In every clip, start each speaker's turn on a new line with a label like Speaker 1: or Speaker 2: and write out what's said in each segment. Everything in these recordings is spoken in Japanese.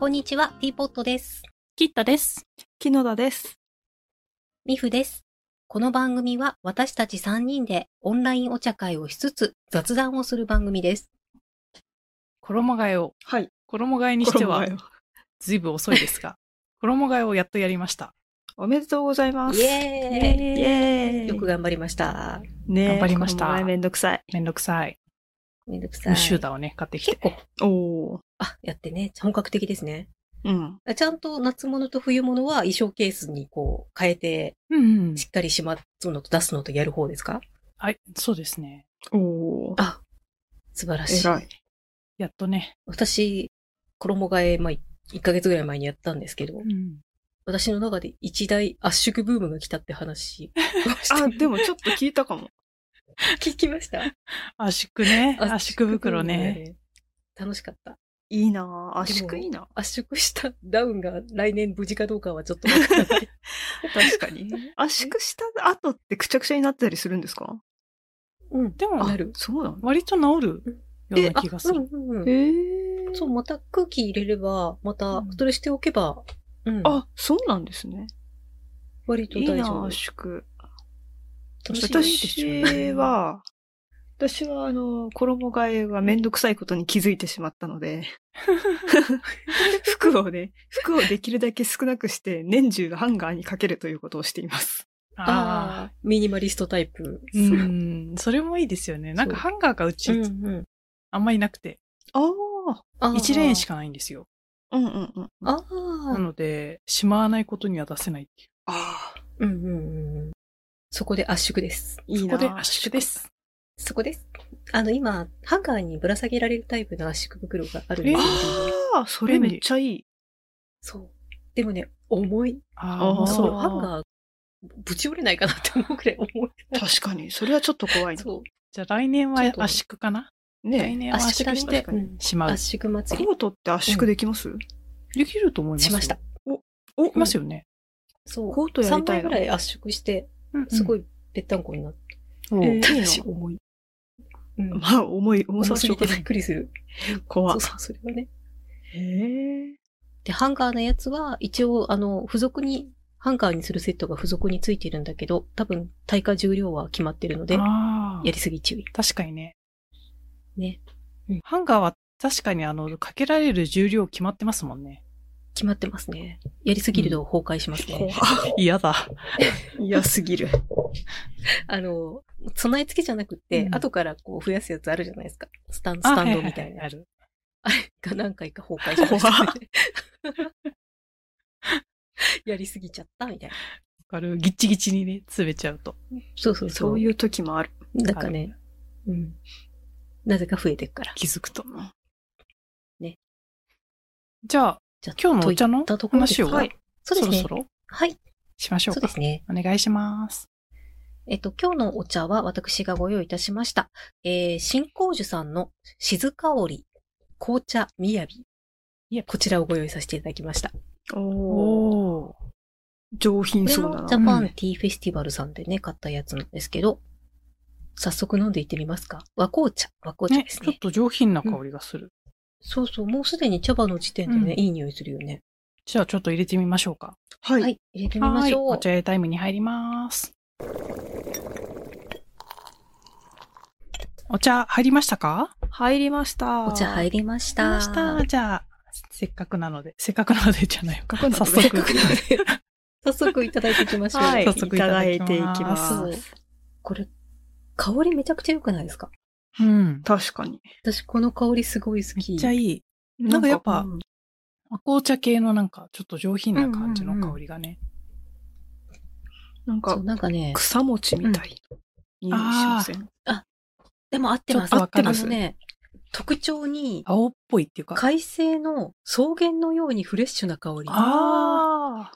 Speaker 1: こんにちは、ティーポットです。
Speaker 2: キッタです。
Speaker 3: 木野田です。
Speaker 1: ミフです。この番組は私たち3人でオンラインお茶会をしつつ雑談をする番組です。
Speaker 2: 衣替えを、
Speaker 3: はい。
Speaker 2: 衣替えにしてはずいぶん遅いですが、衣替えをやっとやりました。
Speaker 3: おめでとうございます。
Speaker 1: イ
Speaker 3: イ
Speaker 1: エ
Speaker 3: エー
Speaker 1: ー
Speaker 3: イ
Speaker 1: イよく頑張りました。
Speaker 3: ねえ
Speaker 2: 頑張りました
Speaker 3: この前めんどくさい。
Speaker 2: めんどくさい。
Speaker 1: めんどくさ
Speaker 2: 無
Speaker 1: い。
Speaker 2: 臭だをね、買ってきて
Speaker 1: 結。構、
Speaker 3: おー。
Speaker 1: あ、やってね、本格的ですね。
Speaker 3: うん。
Speaker 1: ちゃんと夏物と冬物は衣装ケースにこう変えて、
Speaker 2: うんうん
Speaker 1: しっかりしまうのと出すのとやる方ですか
Speaker 2: はい、そうですね。
Speaker 3: おー。
Speaker 1: あ、素晴ら
Speaker 3: え
Speaker 1: しい。
Speaker 3: らい。
Speaker 2: やっとね。
Speaker 1: 私、衣替え、まあ、1ヶ月ぐらい前にやったんですけど、
Speaker 2: うん。
Speaker 1: 私の中で一大圧縮ブームが来たって話をして
Speaker 3: あ、でもちょっと聞いたかも。
Speaker 1: 聞きました。
Speaker 2: 圧縮 ね。圧縮袋ね。。
Speaker 1: 楽しかった。
Speaker 3: いいなぁ。圧縮いいな
Speaker 1: 圧縮したダウンが来年無事かどうかはちょっとわからない
Speaker 3: 確かに。圧縮した後ってくちゃくちゃになったりするんですか
Speaker 1: うん。
Speaker 2: でも
Speaker 1: な
Speaker 3: あ
Speaker 1: る
Speaker 3: そうなの
Speaker 2: 割と治るような気がする。
Speaker 1: うんうんうん
Speaker 3: へえ。
Speaker 1: そう、また空気入れれば、また
Speaker 2: うん、
Speaker 1: それしておけば、うん。
Speaker 3: あ、そうなんですね。
Speaker 1: 割と
Speaker 3: いい
Speaker 1: 大
Speaker 3: な
Speaker 1: 丈夫
Speaker 3: ぁ、。圧縮。
Speaker 1: 楽しい
Speaker 3: 私は、私はあの、衣替えがめんどくさいことに気づいてしまったの で、服をね、服をできるだけ少なくして年中ハンガーにかけるということをしています。
Speaker 1: ああ
Speaker 2: ああ。、
Speaker 1: ミニマリストタイプ。
Speaker 2: う
Speaker 1: そう。
Speaker 2: ん。それもいいですよね。なんかハンガーがう
Speaker 1: う
Speaker 2: ち、
Speaker 1: んうん。
Speaker 2: あんまりなくて、
Speaker 3: あ
Speaker 1: あー
Speaker 2: 1レーンしかないんですよ。
Speaker 3: あ、うんうんうん。あ
Speaker 1: ああ
Speaker 2: な、ので、しまわないことには出せないっていう。
Speaker 3: あー、
Speaker 1: うんうんうんうん。そこで圧縮です。
Speaker 3: いい
Speaker 2: そ
Speaker 3: な
Speaker 2: こ
Speaker 3: ぁ。
Speaker 2: で圧縮です。
Speaker 1: そこです。あの、今、ハンガーにぶら下げられるタイプの圧縮袋があるんですけど、
Speaker 3: ああ、それめっちゃいい。
Speaker 1: そう。でもね、重い。
Speaker 2: あ
Speaker 3: あ
Speaker 2: あ、
Speaker 3: ー
Speaker 1: そ、
Speaker 2: そう
Speaker 1: ハンガー、ぶち折れないかなって思うくらい重
Speaker 3: 確かに。それはちょっと怖い
Speaker 1: い。
Speaker 3: な。
Speaker 1: そう。
Speaker 2: じゃあ来年は
Speaker 1: ちょっと
Speaker 2: 圧縮かな来
Speaker 3: ね
Speaker 2: 年は圧縮
Speaker 1: 圧
Speaker 2: し
Speaker 1: 縮だね
Speaker 2: て
Speaker 1: うん
Speaker 2: しまう。
Speaker 1: 圧縮
Speaker 3: え
Speaker 1: 祭
Speaker 3: コートって圧縮できます、
Speaker 2: できると思いま
Speaker 1: り
Speaker 2: すよ。
Speaker 1: しました。
Speaker 3: お、
Speaker 2: いますよね。
Speaker 1: そう。
Speaker 3: コートやりたい
Speaker 1: 3枚ぐ
Speaker 3: な
Speaker 1: らい圧縮して、すごいぺったんこになって。
Speaker 2: う ん。
Speaker 3: えー
Speaker 1: た
Speaker 3: いい
Speaker 1: だ
Speaker 3: の
Speaker 1: し重い。うん。
Speaker 3: まあ、重い、重さ
Speaker 1: 重
Speaker 3: は
Speaker 1: す
Speaker 3: しょ
Speaker 1: ぎ
Speaker 3: うが
Speaker 1: て
Speaker 3: な
Speaker 1: びっ
Speaker 3: い。
Speaker 1: くりする。そ
Speaker 3: 怖
Speaker 1: う。そう、それはね。
Speaker 3: へえ。
Speaker 1: で、ハンガーのやつは、一応、あの、付属に、ハンガーにするセットが付属についてるんだけど、多分、耐荷重量は決まってるので、や
Speaker 2: ああ。
Speaker 1: りすぎ注意。
Speaker 2: 確かにね。
Speaker 1: ね。
Speaker 2: ハンガーは確かにあの、かけられる重量決まってますもんね。
Speaker 1: 決まってますね。やりすぎると崩壊しますね。
Speaker 2: 嫌だ。
Speaker 3: 嫌すぎる。
Speaker 1: あの、備え付けじゃなくって、
Speaker 2: うん
Speaker 1: 後からこう増やすやつあるじゃないですか。スタン、ス
Speaker 2: あ
Speaker 1: タンドみたい
Speaker 2: はははあ
Speaker 1: な。
Speaker 2: る。
Speaker 1: あれが何回か崩壊しました、ね。 やりすぎちゃったみたいな。
Speaker 2: わかる。ギッチギチにね、詰めちゃうと。
Speaker 1: そうそうそう。
Speaker 3: そういう時もある。
Speaker 1: なんかね、うん。なぜか増えてくから。
Speaker 2: 気づくと。
Speaker 1: ね。
Speaker 2: じゃあ、
Speaker 1: じゃあ
Speaker 2: 今日のお茶の
Speaker 1: といったところです
Speaker 2: 話
Speaker 1: か
Speaker 2: を、
Speaker 1: はいそうで
Speaker 2: そ
Speaker 1: す
Speaker 2: ろ
Speaker 1: ね。
Speaker 2: そろ
Speaker 1: はい。
Speaker 2: しましょ
Speaker 1: そうう
Speaker 2: か
Speaker 1: で。すね。
Speaker 2: お願いします。
Speaker 1: えっと、今日のお茶は私がご用意いたしました。えー、新光樹さんの静香り紅茶みやび。
Speaker 2: 雅
Speaker 1: こちらをご用意させていただきました。
Speaker 3: おお。
Speaker 2: おー。
Speaker 3: 上品
Speaker 1: これ
Speaker 3: そうだ
Speaker 1: も
Speaker 3: な
Speaker 1: ジ。ャパンティーフェスティバルさんでね、買ったやつなんですけど、早速飲んでいってみますか。和紅茶。和紅茶
Speaker 2: ね、
Speaker 1: です
Speaker 2: ち
Speaker 1: ね。
Speaker 2: ょっと上品な香りがする。
Speaker 1: そうそう、もうすでに茶葉の時点でね、
Speaker 2: うん
Speaker 1: いい匂いするよね。
Speaker 2: じゃあちょっと入れてみましょうか。
Speaker 3: は。
Speaker 1: はいい、入れてみましょ
Speaker 2: は
Speaker 1: う
Speaker 2: いお。茶屋タイムに入ります。お茶入りましたか
Speaker 3: 入りました。
Speaker 1: お茶入りました。
Speaker 2: 入りました。じゃあ、せっかくなので、せっかくなのでじゃないよか。
Speaker 3: せっか
Speaker 2: 早
Speaker 3: くなので
Speaker 1: せっか。
Speaker 2: 速
Speaker 1: くなので早速いただいていきましょう。
Speaker 3: はい。
Speaker 2: 早
Speaker 3: い
Speaker 2: 速い
Speaker 3: た
Speaker 2: ただ
Speaker 3: だ
Speaker 2: き
Speaker 3: い
Speaker 2: ます
Speaker 1: そ
Speaker 3: ていきま
Speaker 1: う
Speaker 3: す。
Speaker 1: これ、香りめちゃくちゃ良くないですか
Speaker 2: うん。
Speaker 3: 確かに。
Speaker 1: 私この香りすごい好
Speaker 2: め
Speaker 1: き。
Speaker 2: っちゃいい。なんかやっぱ、紅茶系のなんか、ちょっと上品な感じの香りがね。
Speaker 3: なん
Speaker 1: そ
Speaker 3: か
Speaker 1: う、なんかね、
Speaker 3: 草餅みたい。匂いしません
Speaker 1: でも合ってます。
Speaker 2: ちょっとわか
Speaker 3: る
Speaker 1: あのね、特徴に、
Speaker 2: 青っぽいっていうか。
Speaker 1: 海星の草原のようにフレッシュな香り。
Speaker 2: ああ。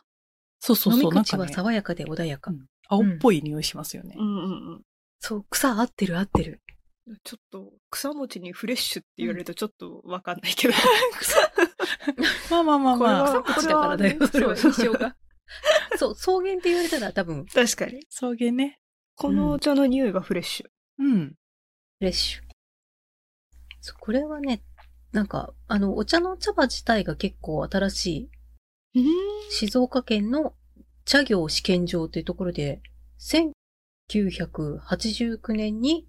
Speaker 2: そうそうそう。
Speaker 1: 飲み
Speaker 2: なん
Speaker 1: 口
Speaker 2: か
Speaker 1: は
Speaker 2: ね、
Speaker 1: 爽やかで穏やか。
Speaker 2: うん青っぽい匂いしますよね
Speaker 3: う。んうん
Speaker 1: そう、草合ってる合ってる。
Speaker 3: うん。ちょっと、草餅にフレッシュって言われるとちょっとわかんないけど。
Speaker 2: まあまあまあ
Speaker 3: これ
Speaker 2: まあ。
Speaker 3: は
Speaker 1: 草口だから だよ、そ
Speaker 3: こ
Speaker 1: れ
Speaker 3: れ
Speaker 1: は
Speaker 3: は
Speaker 1: 印象が。 そう、草原って言われたら多分、フ
Speaker 3: 確かに。
Speaker 2: 草原ね。
Speaker 3: このお茶の匂いがフレッシュ。
Speaker 2: うん。
Speaker 1: レッシュ。そうこれはね、なんか、あの、お茶の茶葉自体が結構新しい、
Speaker 3: うん
Speaker 1: 静岡県の茶業試験場というところで、1989年に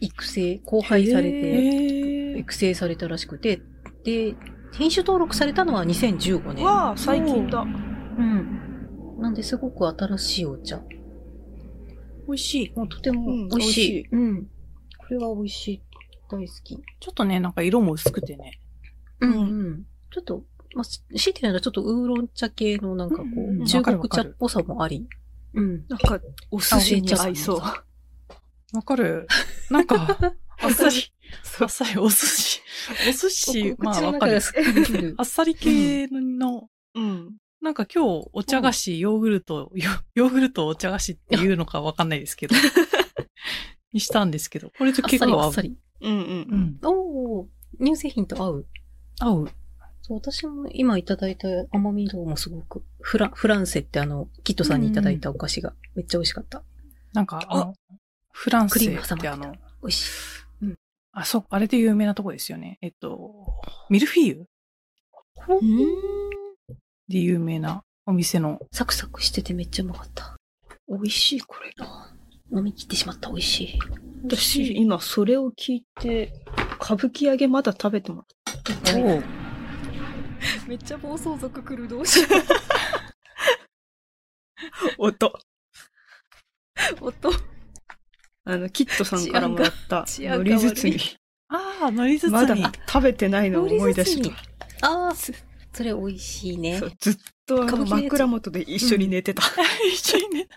Speaker 1: 育成、公開されて、
Speaker 2: へー
Speaker 1: 育成されたらしくて、で、品種登録されたのは2015年。
Speaker 3: わあ、最近だ。
Speaker 1: うん。なんで、すごく新しいお茶。
Speaker 2: 美味しい。
Speaker 1: もうとても
Speaker 3: うん
Speaker 1: 美味しい。
Speaker 3: 美味しい
Speaker 1: うん。これは美味しい。大好き。
Speaker 2: ちょっとね、なんか色も薄くてね。
Speaker 1: うんん。ちょっと、まあ、し強いて言うならちょっとウーロン茶系のなんかこう、
Speaker 2: うんうん
Speaker 1: 中国
Speaker 2: わかるわか
Speaker 1: 茶
Speaker 2: る
Speaker 1: っぽさもあり。うん。
Speaker 3: なんか、お寿司に合いそう。
Speaker 2: わかる。なんか、あっさり、あ
Speaker 3: そう
Speaker 2: っさり、お寿司。お寿司、
Speaker 1: お
Speaker 2: まあ
Speaker 1: 口の
Speaker 2: わ
Speaker 1: 中
Speaker 2: かる
Speaker 1: が。すっきりする
Speaker 2: あっさり系の、
Speaker 3: うん。
Speaker 2: なんか今日お茶菓子、ヨーグルト、ヨヨーグルトお茶菓子っていうのかわかんないで すけど、にしたんですけど、これと
Speaker 1: あっ
Speaker 2: 結
Speaker 1: さり
Speaker 2: 構
Speaker 1: あ
Speaker 2: 合
Speaker 1: っ
Speaker 2: う
Speaker 1: さ。り。
Speaker 3: うんう
Speaker 2: うんん。
Speaker 1: おー、乳製品と合う。
Speaker 2: 合う。
Speaker 1: そう、私も今いただいた甘み度もすごく、フラ、フランセってあの、キットさんにいただいたお菓子がめっちゃ美味しかった。
Speaker 2: なんか、あの、フランス
Speaker 1: クリーム挟
Speaker 2: っ
Speaker 1: まって
Speaker 2: て
Speaker 1: た
Speaker 2: あの、
Speaker 1: 美味しい。
Speaker 2: あ、そう、あれで有名なとこですよね。えっと、ミルフィーユ
Speaker 1: ほ
Speaker 3: うん。
Speaker 2: で有名なお店の、
Speaker 1: サクサクしててめっちゃうまかった。
Speaker 3: 美味しい、これ。
Speaker 1: 飲み切ってしまった、美味しい。
Speaker 3: 私、今、それを聞いて、歌舞伎揚げまだ食べてもらっ
Speaker 2: おう
Speaker 1: めっちゃ暴走族来る、どうしよ
Speaker 3: た。音。
Speaker 1: う。音。
Speaker 3: あの、キットさんからもらった、
Speaker 1: 治安が治
Speaker 3: のり
Speaker 1: 安が悪い
Speaker 3: 包み。
Speaker 2: ああ、海苔包み。
Speaker 3: まだ食べてないのを思い出し
Speaker 1: 海
Speaker 3: た
Speaker 1: 苔。ああ、それ美味しいね
Speaker 3: そ。うずっとあ
Speaker 1: 歌舞伎
Speaker 3: の
Speaker 1: のやつ
Speaker 3: 枕元で一緒に寝てた。
Speaker 2: 一緒に寝、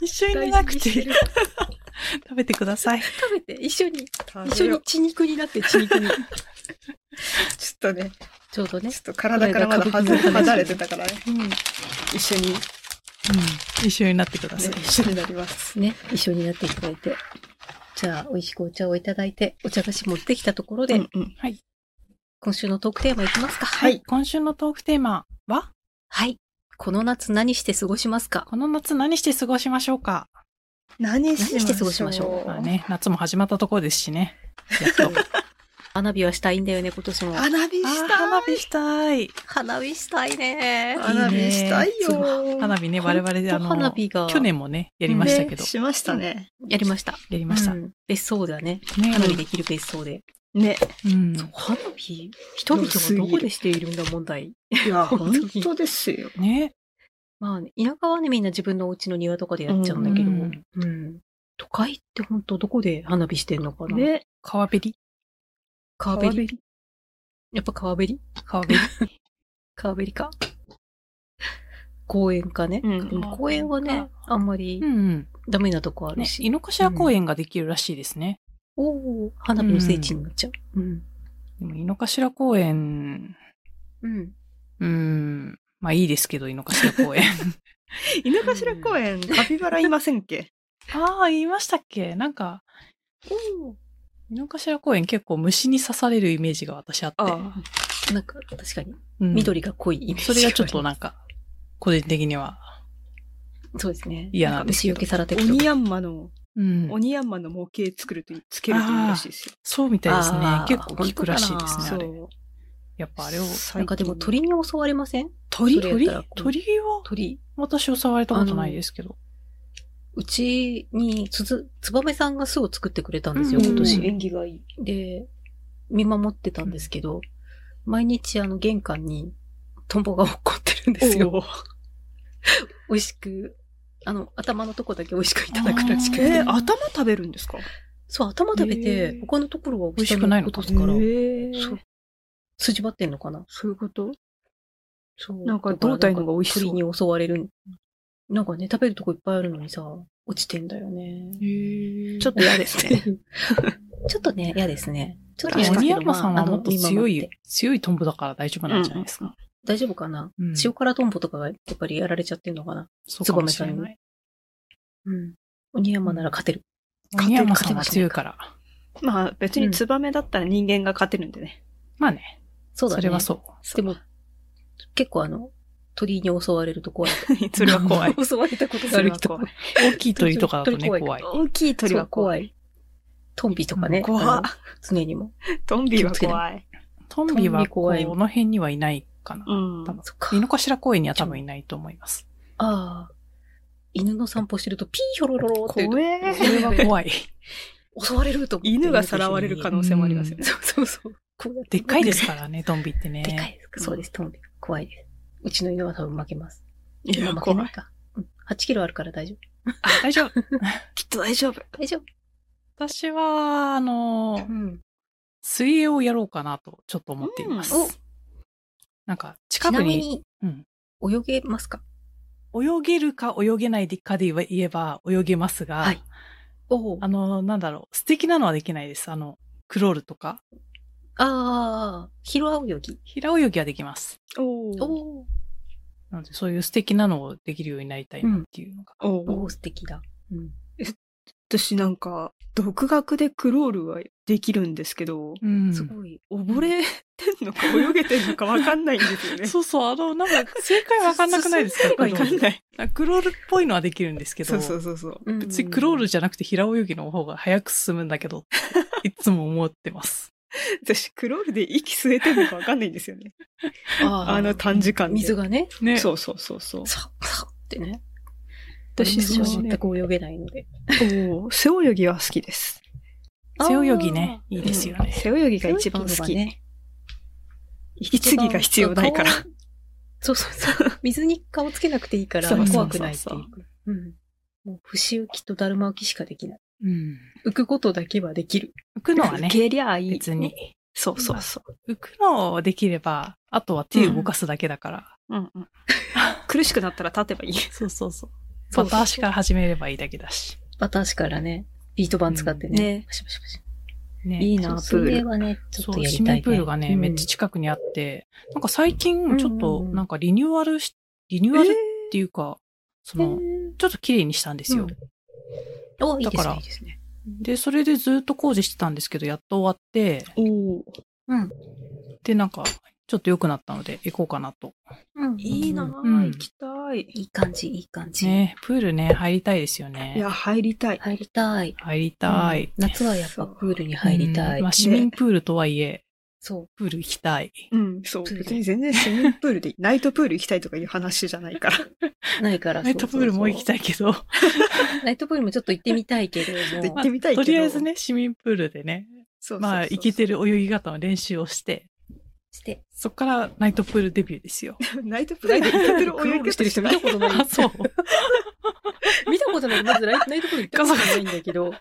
Speaker 2: 一緒に寝な
Speaker 1: 大
Speaker 2: く
Speaker 1: 事
Speaker 2: て
Speaker 1: にしてる
Speaker 2: 食べてください。
Speaker 1: 食べて、一緒に、
Speaker 3: 食
Speaker 1: 一緒
Speaker 3: べよ
Speaker 1: に
Speaker 3: う
Speaker 1: 血肉になって血肉に。
Speaker 3: ちょっとね、
Speaker 1: ちょうどね
Speaker 3: ちょ。っと体からまだ
Speaker 1: この間歌舞伎の話
Speaker 3: 離れてたからね。
Speaker 1: う
Speaker 3: 一緒に、ね、
Speaker 2: うん。一緒になってください。
Speaker 3: 一緒になります。
Speaker 1: ん。ね、一緒になっていただいて。じゃあ、美味しくお茶をいただいて、お茶菓子持ってきたところで、
Speaker 3: うんうん
Speaker 1: 今週のトークテーマいきますか。
Speaker 3: はい
Speaker 2: 今週のトークテーマは、
Speaker 1: はい。この夏何して過ごしますか
Speaker 2: この夏何して過ごしましょうか。
Speaker 3: 何し
Speaker 1: 何して過ごしましょ
Speaker 2: まあね、夏も始まったところですしね。や っと。
Speaker 1: 花火はしたいんだよね、今年も。
Speaker 3: 花火
Speaker 2: あー
Speaker 3: したい
Speaker 2: 花火したい。
Speaker 1: 花火したいね。
Speaker 3: 花火したいよ
Speaker 2: 花火ね、我々であの、
Speaker 1: ほんと花火が
Speaker 2: 去年もね、やりましたけど、
Speaker 3: ねしましたね。
Speaker 1: やりました。
Speaker 2: やりました。
Speaker 1: う
Speaker 2: ね、
Speaker 1: ん別荘だね。花火できる別荘で。
Speaker 3: ね。
Speaker 2: うん。
Speaker 1: 花火人々はどこでしているんだ問題。
Speaker 3: いや、
Speaker 1: 本
Speaker 3: 本
Speaker 1: 当に
Speaker 3: 当ですよ。
Speaker 2: ね。
Speaker 1: まあ、ね、田舎はね、みんな自分のお家の庭とかでやっちゃうんだけど、
Speaker 2: う
Speaker 1: うんん。都会って本当どこで花火してんのかな、
Speaker 3: ね。
Speaker 2: 川べり
Speaker 1: 川べり。やっぱ川べり
Speaker 2: 川べり。
Speaker 1: 川べりか。公園かね。
Speaker 3: うん
Speaker 1: でも公園はね、あんまり
Speaker 2: うんうん。
Speaker 1: ダメなとこある
Speaker 2: ね、
Speaker 1: し。
Speaker 2: 井の頭公園ができるらしいですね。
Speaker 1: おお花火の聖地になっちゃう。うん。
Speaker 2: でも井の頭公園、
Speaker 1: うん。
Speaker 2: うーん。まあいいですけど、井の頭公園。
Speaker 3: 井の頭公園、カピバラいませんっけ
Speaker 2: ああ、言いましたっけなんか、
Speaker 1: お
Speaker 2: 井の頭公園結構虫に刺されるイメージが私あって。
Speaker 1: おなんか、確かに、
Speaker 2: うん
Speaker 1: 緑が濃いイメージ。
Speaker 2: それがちょっと。なんか、個人的には。
Speaker 1: そうですね。
Speaker 2: 嫌なんですけ
Speaker 1: な
Speaker 2: ど
Speaker 1: んか虫よけされて
Speaker 3: オ
Speaker 1: くる
Speaker 3: ニヤンマの、
Speaker 2: うん
Speaker 3: オニヤンマの模型作るといい、つけるといいらしいですよ。
Speaker 2: そうみたいですね
Speaker 1: あ。ー
Speaker 2: 結構効くらしいですね、
Speaker 3: そ
Speaker 2: あれ。
Speaker 3: う。
Speaker 2: やっぱあれを。
Speaker 3: 最近
Speaker 1: なんかでも鳥に襲われません
Speaker 2: 鳥
Speaker 1: それ
Speaker 2: 鳥
Speaker 1: やったらこう
Speaker 2: 鳥は
Speaker 1: 鳥。
Speaker 2: 私を触れたことないですけど。
Speaker 1: うちにつづ、つばめさんが巣を作ってくれたんですよ、
Speaker 2: うん
Speaker 1: 今年。
Speaker 3: 縁起がいい。
Speaker 1: で、見守ってたんですけど、毎日あの玄関にトンボが落っこってるんですよ。
Speaker 3: おう
Speaker 1: 美味しく、あの、頭のとこだけ美味しくいただくらしく
Speaker 3: え
Speaker 1: て
Speaker 2: あ。
Speaker 3: ー、頭食べるんですか
Speaker 1: そう、頭食べ
Speaker 2: へ
Speaker 1: て
Speaker 2: ー、
Speaker 1: 他のところは
Speaker 2: 美味しくないの
Speaker 1: こ
Speaker 2: か
Speaker 1: とですから、
Speaker 3: そ
Speaker 1: そう。筋張ってんのかな
Speaker 3: そういうこと
Speaker 1: そう。
Speaker 3: なんか
Speaker 1: だら
Speaker 3: 胴体の方が美味しそう
Speaker 1: なんか鳥に襲われる。なんかね、食べるとこいっぱいあるのにさ、落ちてんだよね。
Speaker 3: ちょっと嫌ですね。
Speaker 1: ちょっとね、嫌ですね。ちょっと
Speaker 2: で
Speaker 1: 嫌です
Speaker 2: も鬼
Speaker 1: けど、
Speaker 2: 山さん
Speaker 1: まあ
Speaker 2: は
Speaker 1: あの
Speaker 2: もっと強
Speaker 1: 見守
Speaker 2: い
Speaker 1: って、
Speaker 2: 強いトンボだから大丈夫なんじゃないですか。
Speaker 1: 大丈夫かな、
Speaker 2: うん
Speaker 1: 塩辛トンボとかがやっぱりやられちゃってるのかな
Speaker 2: そうかもしれない。
Speaker 1: うん。鬼山なら勝てる。
Speaker 2: 鬼山さんは強いから。
Speaker 3: まあ別にツバメだったら人間が勝てるんでね。
Speaker 2: まあね。
Speaker 1: そうだ
Speaker 2: そ
Speaker 1: ね。
Speaker 2: れはそう。
Speaker 1: でも、結構あの、鳥に襲われると怖い。
Speaker 3: それは 怖い。
Speaker 1: 襲われたことが
Speaker 3: そ
Speaker 1: あ
Speaker 3: れ
Speaker 1: る
Speaker 3: は
Speaker 1: 人
Speaker 3: 怖い。
Speaker 2: 大きい鳥とかだとね、怖い。
Speaker 1: 大きい鳥は怖い。トンビとかね。
Speaker 3: 怖
Speaker 1: あ
Speaker 3: っ
Speaker 1: の。常にも。
Speaker 3: トンビは怖い。
Speaker 2: トンビ
Speaker 1: トン
Speaker 2: は
Speaker 1: ビ怖い
Speaker 2: この辺にはいないかな。
Speaker 3: うん
Speaker 2: 多。分
Speaker 1: そっか
Speaker 2: 井の頭公園には多分いないと思います。
Speaker 1: ああ。犬の散歩してると、ピーヒョロロロって言うと
Speaker 3: 怖え
Speaker 2: それは怖い。
Speaker 1: 襲われると思って
Speaker 3: 犬がさらわれる可能性もありますよね。
Speaker 1: そうそうそう。こうやって
Speaker 2: でっかいですからね、トンビってね。
Speaker 1: でっかいです。そうです、トンビ。怖いです。うちの犬は多分負けます。
Speaker 3: い
Speaker 1: も
Speaker 3: や、
Speaker 1: う負け
Speaker 3: 怖
Speaker 1: ない
Speaker 3: い。
Speaker 1: か。うん、8キロあるから大丈
Speaker 2: あ大丈夫。
Speaker 3: きっと大丈夫。
Speaker 1: 夫。大丈夫。
Speaker 2: 私は、あの
Speaker 1: う、ん。
Speaker 2: 水泳をやろうかなと、ちょっと思っています。
Speaker 1: うんお
Speaker 2: なんか、
Speaker 1: ち
Speaker 2: 近
Speaker 1: な
Speaker 2: く
Speaker 1: み
Speaker 2: に、
Speaker 1: に、
Speaker 2: うん、
Speaker 1: 泳げますか
Speaker 2: 泳げるか泳げないかで言えば泳げますが、
Speaker 1: はいおお。
Speaker 2: あの、なんだろう、素敵なのはできないです。あの、クロールとか、
Speaker 1: ああ、広青泳ぎ。
Speaker 2: 平泳ぎはできます。
Speaker 3: お
Speaker 1: お
Speaker 3: ー
Speaker 1: お。
Speaker 2: なので、そういう素敵なのをできるようになりたいなっていうのが。
Speaker 1: お
Speaker 3: お
Speaker 1: お、
Speaker 3: ー
Speaker 1: 素敵だ。うん。
Speaker 3: 私なんか、独学でクロールはできるんですけど、
Speaker 2: うん
Speaker 1: すごい。
Speaker 3: 溺れてんのか泳げてんのかわかんないんですよね。
Speaker 2: そうそう、あの、なんか、正解わかんなくないです か
Speaker 3: わかんない。
Speaker 2: なんかクロールっぽいのはできるんですけど、
Speaker 3: そうそうそうそう。
Speaker 1: うん
Speaker 2: 別にクロールじゃなくて平泳ぎの方が早く進むんだけど、 いつも思ってます。
Speaker 3: 私、クロールで息吸えてるのかわかんないんですよね。
Speaker 1: あー
Speaker 3: あの短時間で。
Speaker 1: 水がね、
Speaker 2: ね。
Speaker 3: そうそうそうそう。
Speaker 1: さっ、さってね。
Speaker 3: 私、
Speaker 1: 私
Speaker 3: そ
Speaker 1: は
Speaker 3: う
Speaker 1: 全
Speaker 3: ね。
Speaker 1: く泳げないので。
Speaker 3: おー背泳ぎは好きです。
Speaker 2: 背泳ぎね、いいですよ
Speaker 3: うん
Speaker 2: ね。
Speaker 3: 背泳ぎが一番好
Speaker 1: 背泳ぎの方が
Speaker 3: き。
Speaker 1: ね
Speaker 3: 息継ぎが必要ないから。
Speaker 1: 顔。そうそうそう。水に顔つけなくていいから
Speaker 3: そうそうそう
Speaker 1: 怖くないっていう。うん。もう、節浮きとだるま浮きしかできない。
Speaker 2: うん。
Speaker 1: 浮くことだけはできる。
Speaker 2: 浮くのは ね、
Speaker 3: 蹴りゃいい。
Speaker 2: 別に。
Speaker 3: そうそうそう。
Speaker 2: 浮くのをできれば、あとは手を動かすだけだから。
Speaker 3: うんうん、苦しくなったら立てばいい。
Speaker 2: そうそうそう。
Speaker 1: そうそう
Speaker 2: バタ足から始めればいいだけだし。
Speaker 1: バタ足からね、ビート板使ってね。
Speaker 3: ね
Speaker 1: パシパシパシ
Speaker 2: ね
Speaker 3: いい
Speaker 1: そ
Speaker 3: な、
Speaker 1: う
Speaker 3: プ
Speaker 1: 水泳
Speaker 3: ール。
Speaker 1: はね、ちょ
Speaker 2: そ
Speaker 1: っと
Speaker 2: う、
Speaker 1: やり
Speaker 2: 市
Speaker 1: たい、ね。
Speaker 2: 民プールがね、
Speaker 1: うん
Speaker 2: めっちゃ近くにあって、なんか最近ちょっ
Speaker 1: う
Speaker 2: と
Speaker 1: んうんうん
Speaker 2: なんかリニューアルし、リニューアルっていうか、その、ちょっと綺麗にしたんですよ。
Speaker 1: お、いい
Speaker 2: だ
Speaker 1: で
Speaker 2: か
Speaker 1: す
Speaker 2: ら
Speaker 1: ね、いいですね。
Speaker 2: で、それでずっと工事してたんですけど、やっと終わって、
Speaker 3: おー
Speaker 2: で、なんか、ちょっと良くなったので、行こうかなと。
Speaker 1: うん
Speaker 3: いいな、
Speaker 2: ん
Speaker 3: 行きたい。
Speaker 1: いい感じ、いい感じ。
Speaker 2: ね、プールね、入りたいですよね。
Speaker 3: いや、入りたい。
Speaker 1: 入りたい。
Speaker 2: 入りたい。
Speaker 1: 夏はやっぱプールに入りたい。
Speaker 2: うんまあ、市民プールとはいえ、
Speaker 1: そう。
Speaker 2: プール行きたい。
Speaker 3: うん、そう。
Speaker 1: プール
Speaker 3: 別に全然市民プールでいい、ナイトプール行きたいとかいう話じゃないから。
Speaker 1: ないから。
Speaker 2: ナイトプールも行き
Speaker 1: い。
Speaker 2: たいけど、
Speaker 1: ナイトプールもちょっと行ってみたいけれど
Speaker 3: 行
Speaker 1: も
Speaker 3: っ。てみたいけど
Speaker 2: とりあえずね、市民プールでね、
Speaker 3: そうそうそう
Speaker 2: まあ、行けてる泳ぎ方の練習をして、
Speaker 1: して。
Speaker 2: そこからナイトプールデビューですよ。
Speaker 3: ナイトプールで行けてる
Speaker 1: クロー
Speaker 3: 泳ぎ
Speaker 1: ルしてる人見
Speaker 3: したい
Speaker 1: こと ない
Speaker 2: あ、。そう。
Speaker 1: 見たことない。まずライナイトプール行ったことないんだけど。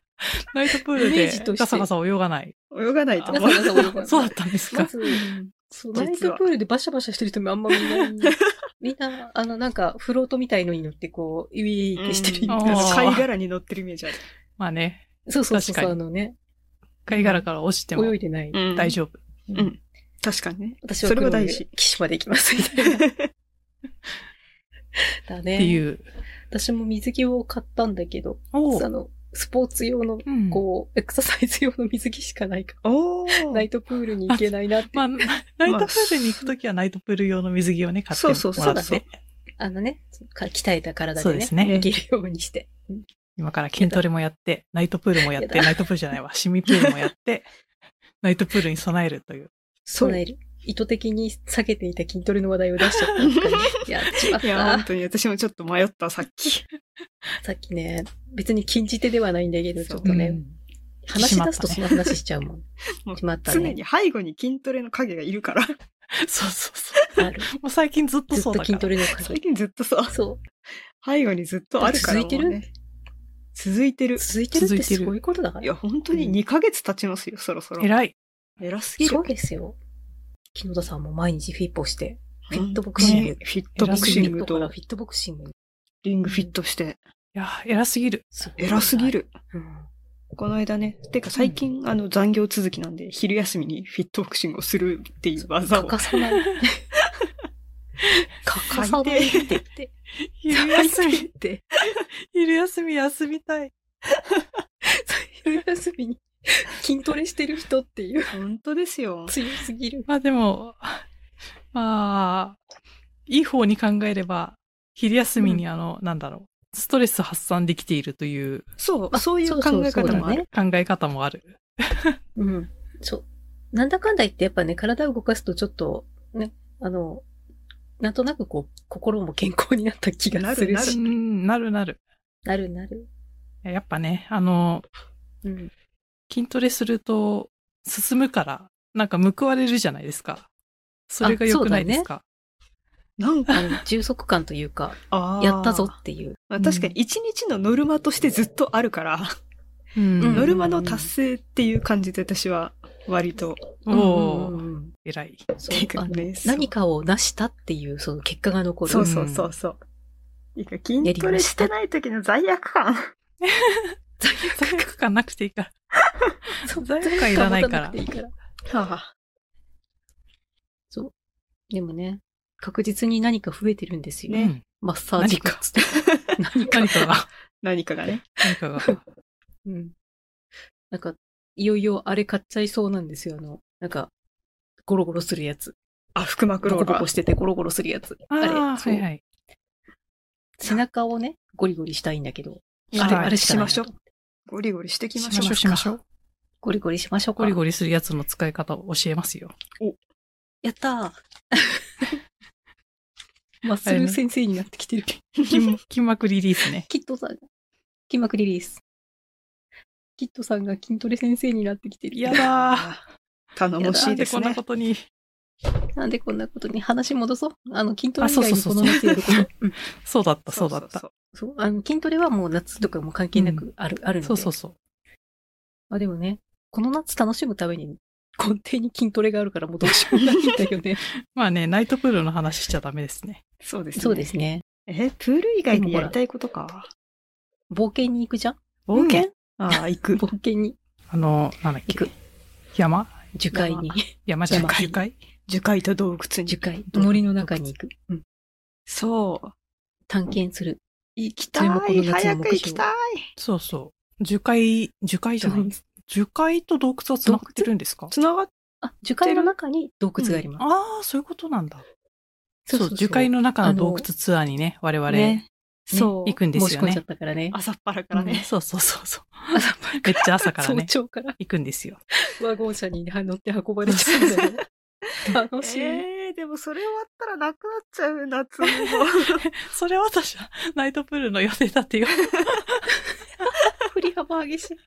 Speaker 2: ナイトプール
Speaker 1: イメージとして
Speaker 2: でガサガサ泳がない。
Speaker 3: 泳がないと
Speaker 1: ガ
Speaker 3: 思
Speaker 1: サガ
Speaker 3: う。
Speaker 1: サ泳がない
Speaker 2: そうだったんです
Speaker 1: ま
Speaker 2: か。
Speaker 1: ず、そう、
Speaker 3: 実は
Speaker 1: ナイトプールでバシャバシャしてる人もあんまりいない。みんな、あの、なんか、フロートみたいのに乗って、こう、ウィーってしてる。
Speaker 3: あ
Speaker 2: うん
Speaker 3: の貝殻に乗ってるイメージある。
Speaker 2: まあね、
Speaker 1: そうそうそう
Speaker 2: 確か
Speaker 1: そう、
Speaker 2: に
Speaker 1: あのね、
Speaker 2: 貝殻から落ちても
Speaker 1: 泳いでない。
Speaker 2: 大
Speaker 3: 夫。
Speaker 2: 丈夫。
Speaker 3: うん。確かにね。
Speaker 1: 私は
Speaker 3: それは
Speaker 1: 黒い
Speaker 3: 大事。
Speaker 1: 岸まで行きます、みたいな。だね。
Speaker 2: っていう。
Speaker 1: 私も水着を買ったんだけど、
Speaker 2: お
Speaker 1: あの、スポーツ用の、
Speaker 2: うん
Speaker 1: こう、エクササイズ用の水着しかないか
Speaker 3: お
Speaker 1: ら、
Speaker 3: ー
Speaker 1: ナイトプールに行けないなって。
Speaker 2: まあ、ナナイトプールに行くときはナイトプール用の水着をね、買って
Speaker 3: そ
Speaker 2: も
Speaker 3: うそう
Speaker 2: ら
Speaker 3: そう
Speaker 2: っ
Speaker 3: だ
Speaker 2: て
Speaker 3: ね。
Speaker 1: あのね、か鍛えた体
Speaker 2: そう
Speaker 1: で
Speaker 2: で
Speaker 1: ね
Speaker 2: す、ね
Speaker 1: 行けるようにして。
Speaker 2: 今から筋トレもやって、ナイトプールもやっ
Speaker 1: や
Speaker 2: て、ナイトプールじゃないわ、市民プールもやって、ナイトプールに備えるという。
Speaker 3: そう
Speaker 1: 備える。意図的に避けていた筋トレの話題を出しちゃったんです かね。やっちまっ
Speaker 3: いや、
Speaker 1: た
Speaker 3: 本。当に私もちょっと迷った、さっき。
Speaker 1: さっきね、別に禁じ手ではないんだけど、ち
Speaker 3: そ
Speaker 1: ょ
Speaker 3: う
Speaker 1: っとね、
Speaker 2: うん
Speaker 1: 話し出すと
Speaker 2: し
Speaker 1: その話しちゃうもん。
Speaker 3: もう
Speaker 1: 決まった
Speaker 3: 常
Speaker 1: ね。
Speaker 3: に背後に筋トレの影がいるから。
Speaker 2: そうそうそう。
Speaker 1: ある。
Speaker 2: もう最近ずっと
Speaker 1: ずっ
Speaker 2: そう
Speaker 1: と
Speaker 2: だか
Speaker 1: 筋
Speaker 2: ら
Speaker 1: ト。レの
Speaker 3: 最
Speaker 1: 鍵。
Speaker 3: 近ずっとそう。
Speaker 1: そう。
Speaker 3: 背後にずっとあるから、もうね
Speaker 1: 続い
Speaker 3: 続いてる。
Speaker 1: 続いてるって
Speaker 2: 続いて
Speaker 1: す
Speaker 2: る
Speaker 1: ごいことだか
Speaker 3: い
Speaker 1: ら。
Speaker 3: や、本当に2ヶ月経ちますよ、そろそろ。
Speaker 2: 偉い。
Speaker 3: 偉すぎる。
Speaker 1: そうですよ。木野田さんも毎日フィップをして、フィットボク
Speaker 3: 本
Speaker 1: シ
Speaker 3: 当
Speaker 1: ン
Speaker 3: に
Speaker 1: グ。
Speaker 3: フィットボクシン
Speaker 1: リン
Speaker 3: グ
Speaker 1: グから
Speaker 3: と
Speaker 1: フィットボクシング。
Speaker 3: リングフィットして、
Speaker 2: いや、偉すぎる。
Speaker 1: ごい
Speaker 3: 偉すぎ。る。
Speaker 1: うん
Speaker 3: この間ね、てか最近、あの残業続きなんで、昼休みにフィットボクシングをするっていう技
Speaker 1: 欠
Speaker 3: を
Speaker 1: か。さ ない。欠かさないって言って。
Speaker 2: 昼休
Speaker 1: 最低
Speaker 2: み
Speaker 1: っ、て。
Speaker 2: 昼休み休みたい。
Speaker 1: 昼休みに筋トレしてる人っていう。
Speaker 3: 本当ですよ。
Speaker 1: 強すぎる。
Speaker 2: まあでも、まあ、いい方に考えれば、昼休みにあの、なんだろう、ストレス発散できているという
Speaker 3: そう、
Speaker 1: あ
Speaker 3: そういう考え
Speaker 1: そう
Speaker 3: 方
Speaker 1: だね
Speaker 3: もある。
Speaker 2: 考え方もある。
Speaker 1: うん。そう。なんだかんだ言って、やっぱね、体を動かすとちょっと、ね、あの、なんとなくこう、心も健康になった気がする
Speaker 3: な
Speaker 2: う
Speaker 1: し。
Speaker 2: ん、なるなる。
Speaker 1: なるなる。
Speaker 2: やっぱね、あの、
Speaker 1: うん。
Speaker 2: 筋トレすると進むから、なんか報われるじゃないですか。それが良くないですか。
Speaker 3: なんか、
Speaker 1: あの、充足感というか、
Speaker 3: あー
Speaker 1: やったぞ。っていう。
Speaker 3: まあ確かに一日のノルマとしてずっとあるから、
Speaker 2: うん
Speaker 1: うん
Speaker 3: ノルマの達成っていう感じで私は割と。
Speaker 2: お
Speaker 1: うん
Speaker 2: ー
Speaker 1: うんうん
Speaker 2: 偉い。
Speaker 1: そう
Speaker 3: てか
Speaker 1: あの
Speaker 3: ねそう
Speaker 1: 何かを成したっていう、その結果が残る。
Speaker 3: そうそうそうそう。いいか、筋
Speaker 1: やり
Speaker 3: ト
Speaker 1: ま
Speaker 3: レ
Speaker 1: し
Speaker 3: したてない時の罪悪感。
Speaker 2: 罪悪感なくていいから。
Speaker 1: そう
Speaker 2: 罪悪感いらないから
Speaker 1: 罪悪感持たなくていいから
Speaker 3: は
Speaker 1: でもね、確実に何か増えてるんですよ。
Speaker 2: う
Speaker 1: ね、
Speaker 2: ん
Speaker 1: マッサージグッズとか。 何か
Speaker 2: 何かが、
Speaker 3: 何かがね。
Speaker 2: 何かが。
Speaker 1: うん。なんか、いよいよあれ買っちゃいそうなんですよ。あの、なんか、ゴロゴロするやつ。
Speaker 3: あ、腹膜
Speaker 1: ボコ
Speaker 3: ロー
Speaker 1: ボ
Speaker 3: ラ
Speaker 1: コ
Speaker 3: ー。
Speaker 1: しててゴロゴロするやつ。 あ
Speaker 2: あ
Speaker 1: れ、
Speaker 2: あ
Speaker 1: そ
Speaker 2: ー、
Speaker 1: う
Speaker 2: はいはい。
Speaker 1: 背中をね、ゴリゴリしたいんだけど、
Speaker 3: あ
Speaker 1: あれ、
Speaker 2: はい
Speaker 1: あれしかないな
Speaker 3: しましょうゴリゴリしてきましょ
Speaker 2: し
Speaker 3: う。
Speaker 2: ましょうしましょう
Speaker 1: ゴリゴリしましょうか。
Speaker 2: ゴリゴリするやつの使い方を教えま すよ。
Speaker 1: やったー マッスル先生になってきてる。
Speaker 2: 筋筋膜リリースね。
Speaker 1: キットさんが、筋膜リリース。キットさんが筋トレ先生になってきてる。
Speaker 2: やだー。
Speaker 3: あー頼もしいです
Speaker 2: なん
Speaker 3: ね
Speaker 2: でこんなこ。とに。
Speaker 1: なんでこんなことに話戻そう。あの、筋トレ以
Speaker 2: あ
Speaker 1: 外
Speaker 2: そ
Speaker 1: に
Speaker 2: うそ
Speaker 1: こ
Speaker 2: うそ
Speaker 1: の
Speaker 2: う
Speaker 1: 夏やること。 うん
Speaker 2: そうだった、そうだった。
Speaker 3: そう
Speaker 1: そう。あの、筋トレはもう夏とかも関係なくある、あるので。
Speaker 2: そうそうそう。
Speaker 1: まあでもね、この夏楽しむために根底に筋トレがあるからもうどうしようもないんだよ ね。
Speaker 2: まあね、ナイトプールの話しちゃダメですね。
Speaker 3: そうですね。
Speaker 1: そうですね。
Speaker 3: え、プール以外でやりたいことか。
Speaker 1: 冒険に行くじゃん
Speaker 2: 冒険、
Speaker 3: ああ、行く。
Speaker 1: 冒険に、
Speaker 2: あの、なんだっけ。
Speaker 1: 行く
Speaker 2: 山
Speaker 1: 樹海に、
Speaker 2: 山じゃな
Speaker 1: 山
Speaker 2: い樹海
Speaker 3: 樹海と洞窟に。
Speaker 1: 樹海、森の中に行く。うん。
Speaker 3: そう。
Speaker 1: 探検する。
Speaker 3: 行き
Speaker 1: それも
Speaker 3: た
Speaker 1: この
Speaker 3: い。
Speaker 1: 夏の目標
Speaker 3: 早く行きたい。
Speaker 2: そうそう。樹海、樹海じゃない。樹海と洞窟は繋がってるんですか
Speaker 3: つながっ
Speaker 1: あ、樹海の中に洞窟があります。
Speaker 2: ああ、そういうことなんだ。そう
Speaker 1: そうそう
Speaker 2: 樹海の中の洞窟ツアーにね、我々、
Speaker 3: た
Speaker 2: ね、
Speaker 3: ね。そう。
Speaker 2: 行くんで
Speaker 1: 申
Speaker 2: す
Speaker 1: し
Speaker 2: よ
Speaker 1: 込んじゃっ。
Speaker 2: ね
Speaker 1: たからね。
Speaker 3: 朝っぱらから
Speaker 2: うん
Speaker 3: ね。
Speaker 2: そうそうそう そう。
Speaker 1: 朝っぱら
Speaker 2: めっちゃ朝から
Speaker 1: 早
Speaker 2: ね、
Speaker 1: 朝 から
Speaker 2: 行くんですよ。
Speaker 1: ワゴン車に乗って運ばれちゃうんだ よね。楽しい。
Speaker 3: ええでもそれ終わったらなくなっちゃう、夏の。
Speaker 2: それは私はナイトプールの予定だってよ。
Speaker 1: 振り幅 激しい。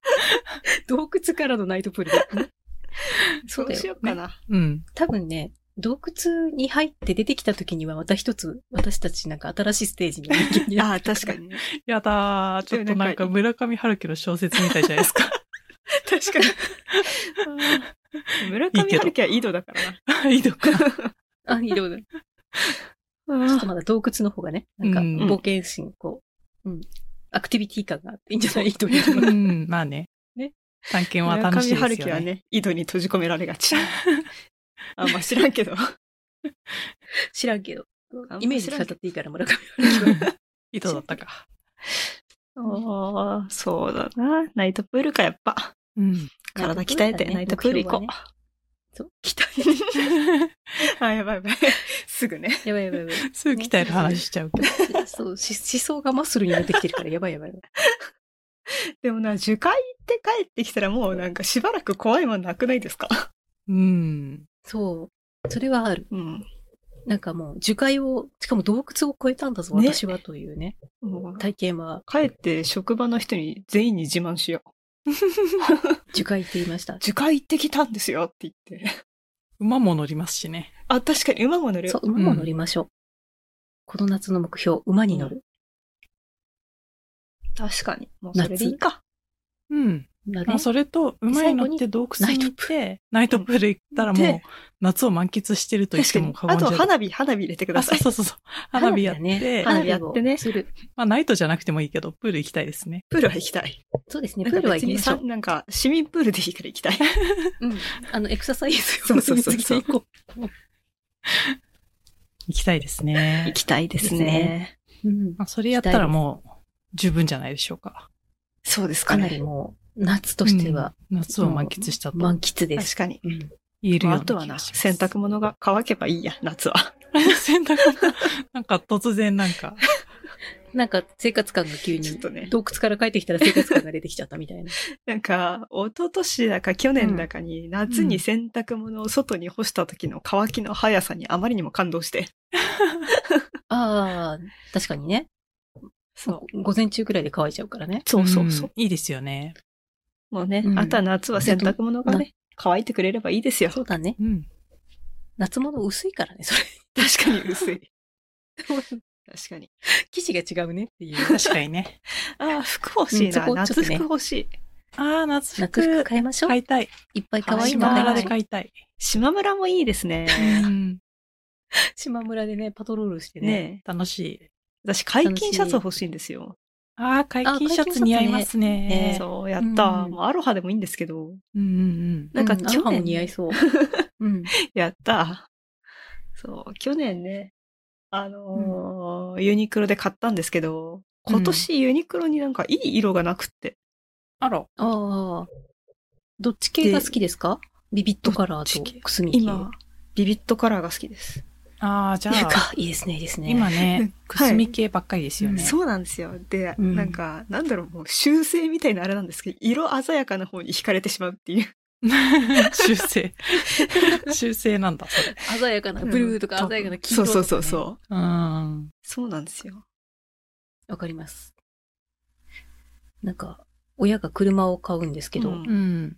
Speaker 1: 洞窟からのナイトプールだ、ね。 そ
Speaker 3: そう
Speaker 1: だ
Speaker 3: うし
Speaker 1: よ。
Speaker 3: ようかな。
Speaker 2: うん。
Speaker 1: 多分ね、洞窟に入って出てきた時にはまた一つ私たちなんか新しいステージに人間にな
Speaker 3: あ
Speaker 1: っ
Speaker 3: あ、
Speaker 1: てる
Speaker 3: 確か。にね。
Speaker 2: やだー。ちょっとなんか村上春樹の小説みたいじゃないですか。
Speaker 3: 確かに。村上春樹は井戸だからな。
Speaker 2: いいのか。
Speaker 1: あ、いいよね。ちょっとまだ洞窟の方がね、なんか
Speaker 2: うん
Speaker 1: 冒険心、こう、うん、アクティビティ感があっていいんじゃないと思う。
Speaker 2: うん、まあね。
Speaker 1: ね
Speaker 2: 探検は
Speaker 3: 村
Speaker 2: 楽しい
Speaker 3: 上
Speaker 2: で
Speaker 3: 春
Speaker 2: す
Speaker 3: 樹
Speaker 2: よ
Speaker 3: は
Speaker 2: ね。
Speaker 3: ね、井戸に閉じ込められがち。あんま知らんけど。
Speaker 1: 知らんけど
Speaker 3: あんま知ら。ん
Speaker 1: イメージ語っていいから、村上。
Speaker 2: 井戸だったか。
Speaker 3: ああ、そうだな。ナイトプールか、やっぱ。
Speaker 2: うん。
Speaker 3: 体鍛えて、ナイトプール行こう。
Speaker 1: 目標はねそう、鍛
Speaker 3: あ、やばいやばい。すぐね。
Speaker 1: え。やばいやばいやばい。
Speaker 2: すぐ鍛える話しちゃうけ ど。
Speaker 1: そう、し思想がマッスルになってきてるから、やばいやばいやばい。
Speaker 3: でもな、樹海行って帰ってきたらもうなんかしばらく怖いもんなくないですか
Speaker 2: うん。
Speaker 1: そう。それはある。
Speaker 3: うん。
Speaker 1: なんかもう、樹海を、しかも洞窟を越えたんだぞ、
Speaker 3: ね
Speaker 1: 私はというね、
Speaker 3: もう
Speaker 1: 体験は、
Speaker 3: 帰って職場の人に全員に自慢しよう。
Speaker 1: 樹海って言いました。
Speaker 3: 樹海行ってきたんですよって言って。
Speaker 2: 馬も乗りますしね。
Speaker 3: あ、確かに馬も乗る。
Speaker 1: そう、馬も乗りましょう。この夏の目標、馬に乗る。
Speaker 3: 確かに。もうそれでいいか。
Speaker 2: うん。
Speaker 1: だ
Speaker 2: ま
Speaker 1: ね
Speaker 2: あ、それと、馬に乗って洞窟に行って、ナイトプール行ったらもう
Speaker 3: で、
Speaker 2: 夏を満喫してると言っ
Speaker 3: 確
Speaker 2: て
Speaker 3: か
Speaker 2: も
Speaker 3: に。
Speaker 2: 過
Speaker 3: あ
Speaker 2: 言じ
Speaker 3: と
Speaker 2: ゃない。
Speaker 3: 花火、花火入れてくだ
Speaker 2: あ、そ
Speaker 3: さ
Speaker 2: う
Speaker 3: い。
Speaker 2: そうそうそう。花火やっ
Speaker 1: だね
Speaker 2: て、
Speaker 3: あ
Speaker 1: 花火やっ
Speaker 3: 花
Speaker 1: て
Speaker 3: 火やって
Speaker 1: ね。
Speaker 3: ね
Speaker 1: する。
Speaker 2: まあ、ナイトじゃなくてもいいけど、プール行きたいですね。
Speaker 3: プールは行きたい。
Speaker 1: そうですね、プールは行きましょ
Speaker 3: なんか別
Speaker 1: う。
Speaker 3: にさなんか市民プールでいいから行きたい。
Speaker 1: うん。あの、エクササイズ
Speaker 3: そうそうそうそう
Speaker 1: 水着で行こ
Speaker 2: 行きたいですね。
Speaker 3: きたいです
Speaker 1: ね。う。うん。
Speaker 2: まあ、それやったらもう、十分じゃないでしょうか。
Speaker 3: そうですか
Speaker 1: かなり
Speaker 3: ね。
Speaker 1: もう、夏としては、
Speaker 2: うん、夏を満喫したと
Speaker 1: 満喫です。
Speaker 3: 確かに。
Speaker 1: うん。
Speaker 2: 言えるよう
Speaker 3: あ
Speaker 2: な気
Speaker 3: と
Speaker 2: が
Speaker 3: は
Speaker 2: しま
Speaker 3: な、
Speaker 2: す。
Speaker 3: 洗 濯物が乾けばいいや、夏は。
Speaker 2: 洗濯物。なんか突然なんか、
Speaker 1: なんか生活感が急
Speaker 3: ちょっ
Speaker 1: に、
Speaker 3: とね、
Speaker 1: 洞窟から帰ってきたら生活感が出てきちゃったみた いな。
Speaker 3: なんか、一昨年だか去年だかに、夏に洗濯物を外に干した時の乾きの速さにあまりにも感動して。
Speaker 1: ああ、確かにね。
Speaker 2: そ
Speaker 1: 午前中くらいで乾いちゃうからね。
Speaker 3: そうそうそう。
Speaker 2: んいいですよね。
Speaker 3: もうね、
Speaker 1: うん
Speaker 3: あとは夏は洗濯物がね、乾いてくれればいいですよ。
Speaker 1: そうだね。
Speaker 2: うん。
Speaker 1: 夏物薄いからね、それ。
Speaker 3: 確かに 薄い。確かに。
Speaker 1: 生地が違うね っていう。
Speaker 2: 確かにね。
Speaker 3: ああ、服欲しいな。
Speaker 1: うんそこちょ
Speaker 3: 夏
Speaker 1: っと
Speaker 3: 服
Speaker 1: ね
Speaker 3: 欲しい。
Speaker 2: ああ、夏服。
Speaker 1: 夏服買いましょう。
Speaker 2: 買いたい。
Speaker 1: いっぱい可愛い
Speaker 3: ね
Speaker 1: の
Speaker 2: 島村
Speaker 1: 買いま
Speaker 2: で
Speaker 1: しょう
Speaker 2: 買いたい。
Speaker 3: 島村もいいですね。
Speaker 2: うん
Speaker 1: 島村でね、パトロールしてね。
Speaker 3: ねえ
Speaker 2: 楽しい。
Speaker 3: 私、解禁シャツ欲しいんですよ。
Speaker 2: ああ、解
Speaker 1: あ
Speaker 2: 禁シャツ似合います
Speaker 1: ね
Speaker 2: ね。
Speaker 3: そう、やった。
Speaker 1: うん
Speaker 3: もうアロハでもいいんですけど。
Speaker 2: うんうん
Speaker 3: なんか
Speaker 1: う
Speaker 3: 去
Speaker 1: ん、ア
Speaker 3: 年
Speaker 1: ロハも似合い そう。うん。
Speaker 3: やった。そう、去年ね、あのーユニクロで買ったんですけど、今年ユニクロになんかいい色がなくって、
Speaker 2: あら。
Speaker 1: ああ。どっち系が好きですかビビットカラー
Speaker 3: どっち
Speaker 1: と
Speaker 3: 系
Speaker 1: くすみ系。
Speaker 3: 今、ビビットカラーが好きです。
Speaker 2: ああ、じゃ
Speaker 1: いい
Speaker 2: あ、
Speaker 1: か。いいですね、いいですね。
Speaker 2: 今
Speaker 3: うん
Speaker 2: ね、くすみ系ばっかりですよ
Speaker 1: ん
Speaker 2: ね。
Speaker 3: そうなんですよ。で、
Speaker 1: うん
Speaker 3: なんか、なんだろう、もう修正みたいなあれなんですけど、色鮮やかな方に惹かれてしまうっていう。
Speaker 2: 修正。修正なんだ、それ。
Speaker 1: 鮮やかなブルーとか
Speaker 3: うん
Speaker 1: 鮮やかな黄
Speaker 3: そ
Speaker 1: 色とか、
Speaker 3: う
Speaker 1: ね。
Speaker 3: そうそうそう。
Speaker 2: うん。
Speaker 3: そうなんですよ。
Speaker 1: わかります。なんか、親が車を買うんですけど、
Speaker 3: うん
Speaker 2: うん。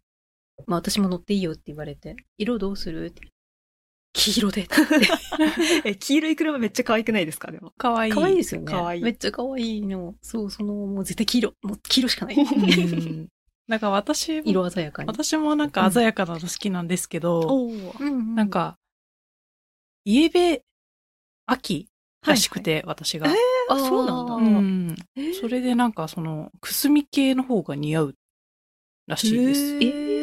Speaker 1: まあ私も乗っていいよって言われて、色どうするって。黄色で。
Speaker 3: え、黄色い車めっちゃ可愛くないですか、で も。
Speaker 2: かわいい。
Speaker 1: 可愛いですよね。
Speaker 3: 可愛い
Speaker 1: めっちゃ可愛いの。そう、その、もう絶対黄色。もう黄色しか ない。
Speaker 2: うん。なんか私も、
Speaker 1: 色鮮やかに。
Speaker 2: 私もなんか鮮やかなの好きなんですけど、
Speaker 3: おー。
Speaker 1: うん
Speaker 2: なん、か、イエベ、秋らしくて、私が。
Speaker 1: あー
Speaker 3: そうなんだ
Speaker 2: うん。
Speaker 3: えー
Speaker 2: それでなんかその、くすみ系の方が似合うらしいです。
Speaker 3: えー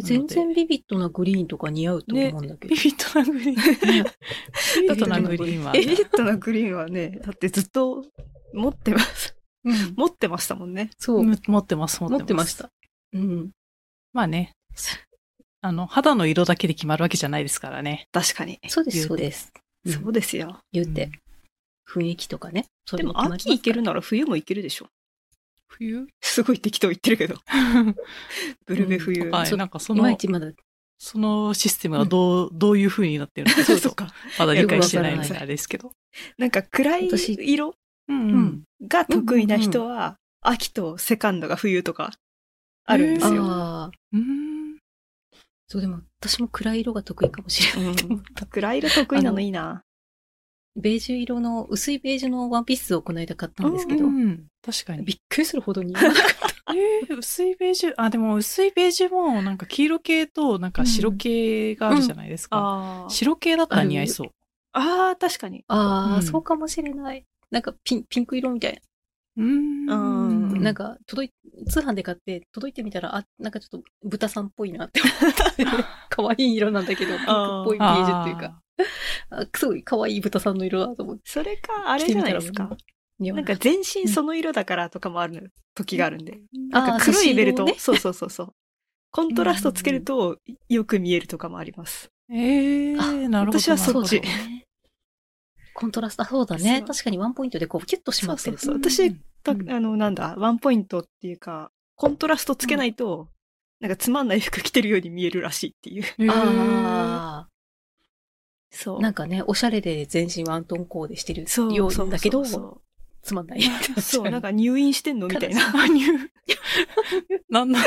Speaker 1: 全然ビビットなグリーンとか似合うと思うんだけど。
Speaker 2: ビビットなグ リーン。ビビットなグリーンは。
Speaker 3: エビットなグリーンはね、だってずっと持ってます。
Speaker 1: うん
Speaker 3: 持ってましたもんね。
Speaker 1: そう、
Speaker 2: む持ってます、持
Speaker 1: 持ってまし
Speaker 2: す。
Speaker 1: た。うん。
Speaker 2: まあね。あの、肌の色だけで決まるわけじゃないですからね。
Speaker 3: 確かに。
Speaker 1: そうです、
Speaker 2: 言うて
Speaker 1: そうです。うん
Speaker 3: そうですよ。
Speaker 1: 言うて、雰囲気とかね。そ
Speaker 3: で
Speaker 1: れ
Speaker 3: も
Speaker 1: 決まります
Speaker 3: 秋行けるなら冬も行けるでしょ。
Speaker 2: 冬
Speaker 3: すごい適当言ってるけど。ブルベ冬。
Speaker 1: うん
Speaker 2: はい、
Speaker 1: そう
Speaker 2: なんかそ
Speaker 1: いまい
Speaker 2: の、
Speaker 1: ちまだ、
Speaker 2: そのシステムがどう、どういう風になってるのか、ちょっ
Speaker 3: そう
Speaker 2: と
Speaker 3: か。
Speaker 2: まだ理解してない
Speaker 1: よく
Speaker 2: の
Speaker 1: わからな
Speaker 2: で
Speaker 1: い
Speaker 2: あれですけど。
Speaker 3: なんか暗い
Speaker 1: 私
Speaker 3: 色
Speaker 2: うん
Speaker 1: うん
Speaker 3: が得意な人は、秋とセカンドが冬とかあるんですよ。
Speaker 1: ああ、
Speaker 2: うん。
Speaker 1: そうでも私も暗い色が得意かもしれ ない。
Speaker 3: うん暗い色得意なのいいな。
Speaker 1: ベージュ色の、薄いベージュのワンピースをこの間買ったんですけど
Speaker 2: う、ん。確かに。
Speaker 1: びっくりするほど似合 わなかった。
Speaker 2: えー、薄いベージュ、あ、でも薄いベージュも、なんか黄色系と、なんか白系があるじゃないですか。
Speaker 3: あー
Speaker 2: 白系だったら似合いそう。
Speaker 3: あー、確かに。
Speaker 1: ああ、
Speaker 2: うん
Speaker 1: そうかもしれない。なんかピンピンク色みたいな。
Speaker 2: うー
Speaker 3: うん
Speaker 1: なんか届い、通販で買って届いてみたら、あ、なんかちょっと豚さんっぽいなって思って。 可愛い色なんだけど、ピンクっぽいベージュっていうか、あすごい可愛い豚さんの色だと思って。
Speaker 3: それか、あれじゃないですか。
Speaker 1: 似合
Speaker 3: な
Speaker 1: わ
Speaker 3: ん
Speaker 1: な
Speaker 3: か
Speaker 1: い
Speaker 3: 全身その色だからとかもある時があるんで。
Speaker 1: あー
Speaker 3: なんか黒いベル
Speaker 1: 差し色を
Speaker 3: ト、
Speaker 1: ね
Speaker 3: そうそうそうそう。コントラストつけるとよく見えるとかもあります。
Speaker 2: あー。えー、なるほど。
Speaker 3: 私はそっち
Speaker 2: なるほど
Speaker 1: ねコントラスト、あそうだ
Speaker 3: そ
Speaker 1: ね。
Speaker 3: う
Speaker 1: 確かにワンポイントでこう、キュッとしまってる。
Speaker 3: そう私
Speaker 2: ん
Speaker 3: た
Speaker 1: うん
Speaker 3: あの、なんだ、ワンポイントっていうか、コントラストつけないと、なんかつまんない服着てるように見えるらしいっていう。
Speaker 2: えー
Speaker 1: あ
Speaker 3: そ
Speaker 1: あ。なんかね、おしゃれで全身ワントーンコーデしてる
Speaker 3: そう
Speaker 1: よ
Speaker 3: そうう
Speaker 1: だけど、
Speaker 3: そ
Speaker 1: つまんない。
Speaker 3: うそう、 なんか入院してんのみたいな。
Speaker 2: あ入なんだ。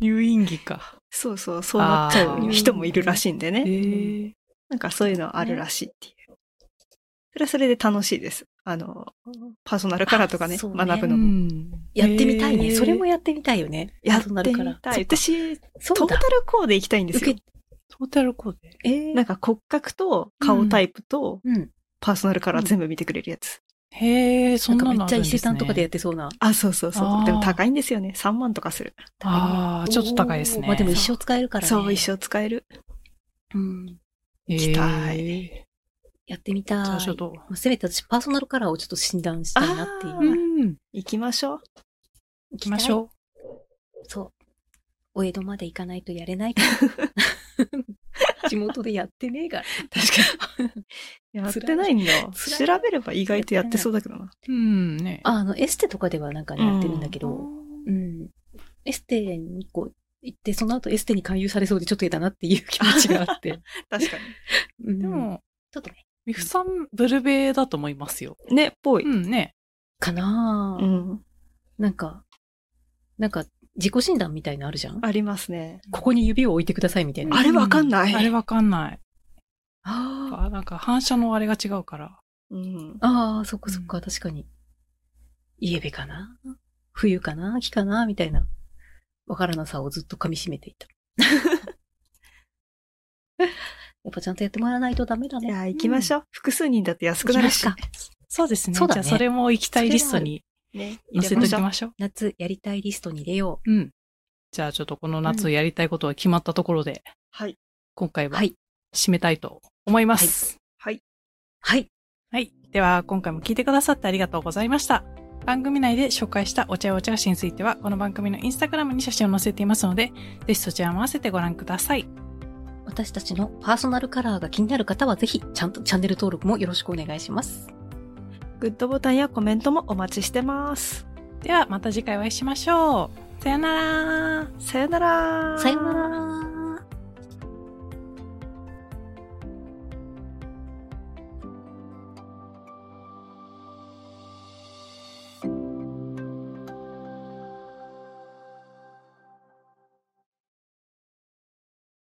Speaker 2: 入院着か。
Speaker 3: そうそう、そうなっちゃ
Speaker 2: あ
Speaker 3: う
Speaker 2: ー
Speaker 3: 人もいるらしいんで
Speaker 2: え
Speaker 3: ね。
Speaker 2: ー、
Speaker 3: なんかそういうのあるらしいっていう。それはそれで楽しいです。あの、パーソナルカラーとかね、
Speaker 1: あそうね
Speaker 3: 学ぶ
Speaker 2: う
Speaker 3: のも。
Speaker 2: ん。
Speaker 1: やってみたい
Speaker 2: え
Speaker 1: ね。
Speaker 2: ー
Speaker 1: それもやってみたいよね。
Speaker 3: やっ
Speaker 1: そうなる
Speaker 3: て
Speaker 1: から
Speaker 3: みたい。
Speaker 1: そっか
Speaker 3: 私、
Speaker 1: そ
Speaker 3: ト
Speaker 1: う
Speaker 3: ータ
Speaker 1: だ。
Speaker 3: ルコーデ行きたいんですよ
Speaker 1: 受。
Speaker 2: トータルコーデ。
Speaker 1: えー
Speaker 3: なんか骨格と顔タイプと
Speaker 1: うん。
Speaker 3: パーソナルカラー全部見てくれるやつ。
Speaker 2: へえ、そ
Speaker 1: なんん
Speaker 2: な
Speaker 1: か
Speaker 2: の
Speaker 1: めっちゃ伊勢
Speaker 2: さ
Speaker 1: 丹
Speaker 2: ん
Speaker 1: とかでやってそうな。
Speaker 3: あ、そうそうそ
Speaker 2: あ
Speaker 3: う。
Speaker 2: ー
Speaker 3: でも高いんですよね。3万とかする。
Speaker 2: ああ、ちょっと高いですね。
Speaker 1: まあでも一生使えるからね。
Speaker 3: そう、一生使える。
Speaker 1: うん。
Speaker 3: きたい
Speaker 2: えー
Speaker 1: やってみたい。
Speaker 2: じゃあちょっと。
Speaker 1: まあせめて私、パーソナルカラーをちょっと診断したいなっていう
Speaker 3: あー。
Speaker 2: ん。
Speaker 3: 行きましょう。
Speaker 1: 行
Speaker 2: 行きましょ
Speaker 1: う。そう。お江戸まで行かないとやれない から。地元でやってねえから。 確かに。
Speaker 3: やってないんだ。
Speaker 1: 辛い
Speaker 3: 調べれば意外とやってそうだけどな。
Speaker 2: うん、ね。
Speaker 1: ああの、エステとかではなんかねやってるんだけど、
Speaker 3: う
Speaker 1: うん。エステにこう行って、その後エステに勧誘されそうでちょっと嫌だなっていう気持ちがあ って。
Speaker 3: 確か
Speaker 1: うん、
Speaker 2: でも、
Speaker 1: ちょっとね、
Speaker 2: ミフさん、ブルベだと思いますよ。
Speaker 3: に。 ね、ぽ
Speaker 2: う
Speaker 3: い。
Speaker 2: んね。
Speaker 1: かな
Speaker 3: う
Speaker 1: ぁ、
Speaker 3: ん。
Speaker 1: なんか、なんか、自己診断みたいのあるじゃん
Speaker 3: ありますね。
Speaker 1: ここに指を置いてくださいみたいな。
Speaker 3: あれわかんない
Speaker 2: あれわかんない。
Speaker 1: あ
Speaker 2: あなんか反射のあれが違うから。
Speaker 3: うん。
Speaker 1: あー、そっかそっ
Speaker 2: う
Speaker 1: か、確かに。イエベかな冬かな秋かなみたいな。わからなさをずっと噛み締めてい た。やっぱちゃんとやってもらわないとダメだ
Speaker 3: い
Speaker 1: ね。
Speaker 3: や、行きましょう。複数人だって安くなるし。
Speaker 1: 行き
Speaker 2: そうですね。
Speaker 1: そうだ
Speaker 2: じゃ
Speaker 1: ね
Speaker 2: あそれも行きたいリストに
Speaker 3: ね、入
Speaker 2: 載
Speaker 3: れ
Speaker 2: せと
Speaker 3: ま
Speaker 2: き
Speaker 3: しょう。
Speaker 2: ましょう。
Speaker 1: 夏やりたいリストに入れよ
Speaker 2: うん。じゃあちょっとこの夏やりたいことは決まったところで、
Speaker 3: はい。
Speaker 2: 今回
Speaker 1: う。
Speaker 2: は
Speaker 1: はい。
Speaker 2: 締めたいと思います。
Speaker 3: はい。
Speaker 1: はい。
Speaker 2: はい。では、今回も聞いてくださってありがとうございました。番組内で紹介したお茶やお茶菓子については、この番組のインスタグラムに写真を載せていますので、ぜひそちらも合わせてご覧ください。
Speaker 1: 私たちのパーソナルカラーが気になる方はぜひ、ちゃんとチャンネル登録もよろしくお願いします。
Speaker 3: グッドボタンやコメントもお待ちしてます。
Speaker 2: では、また次回お会いしましょう。さよなら
Speaker 3: さよなら
Speaker 1: さようなら。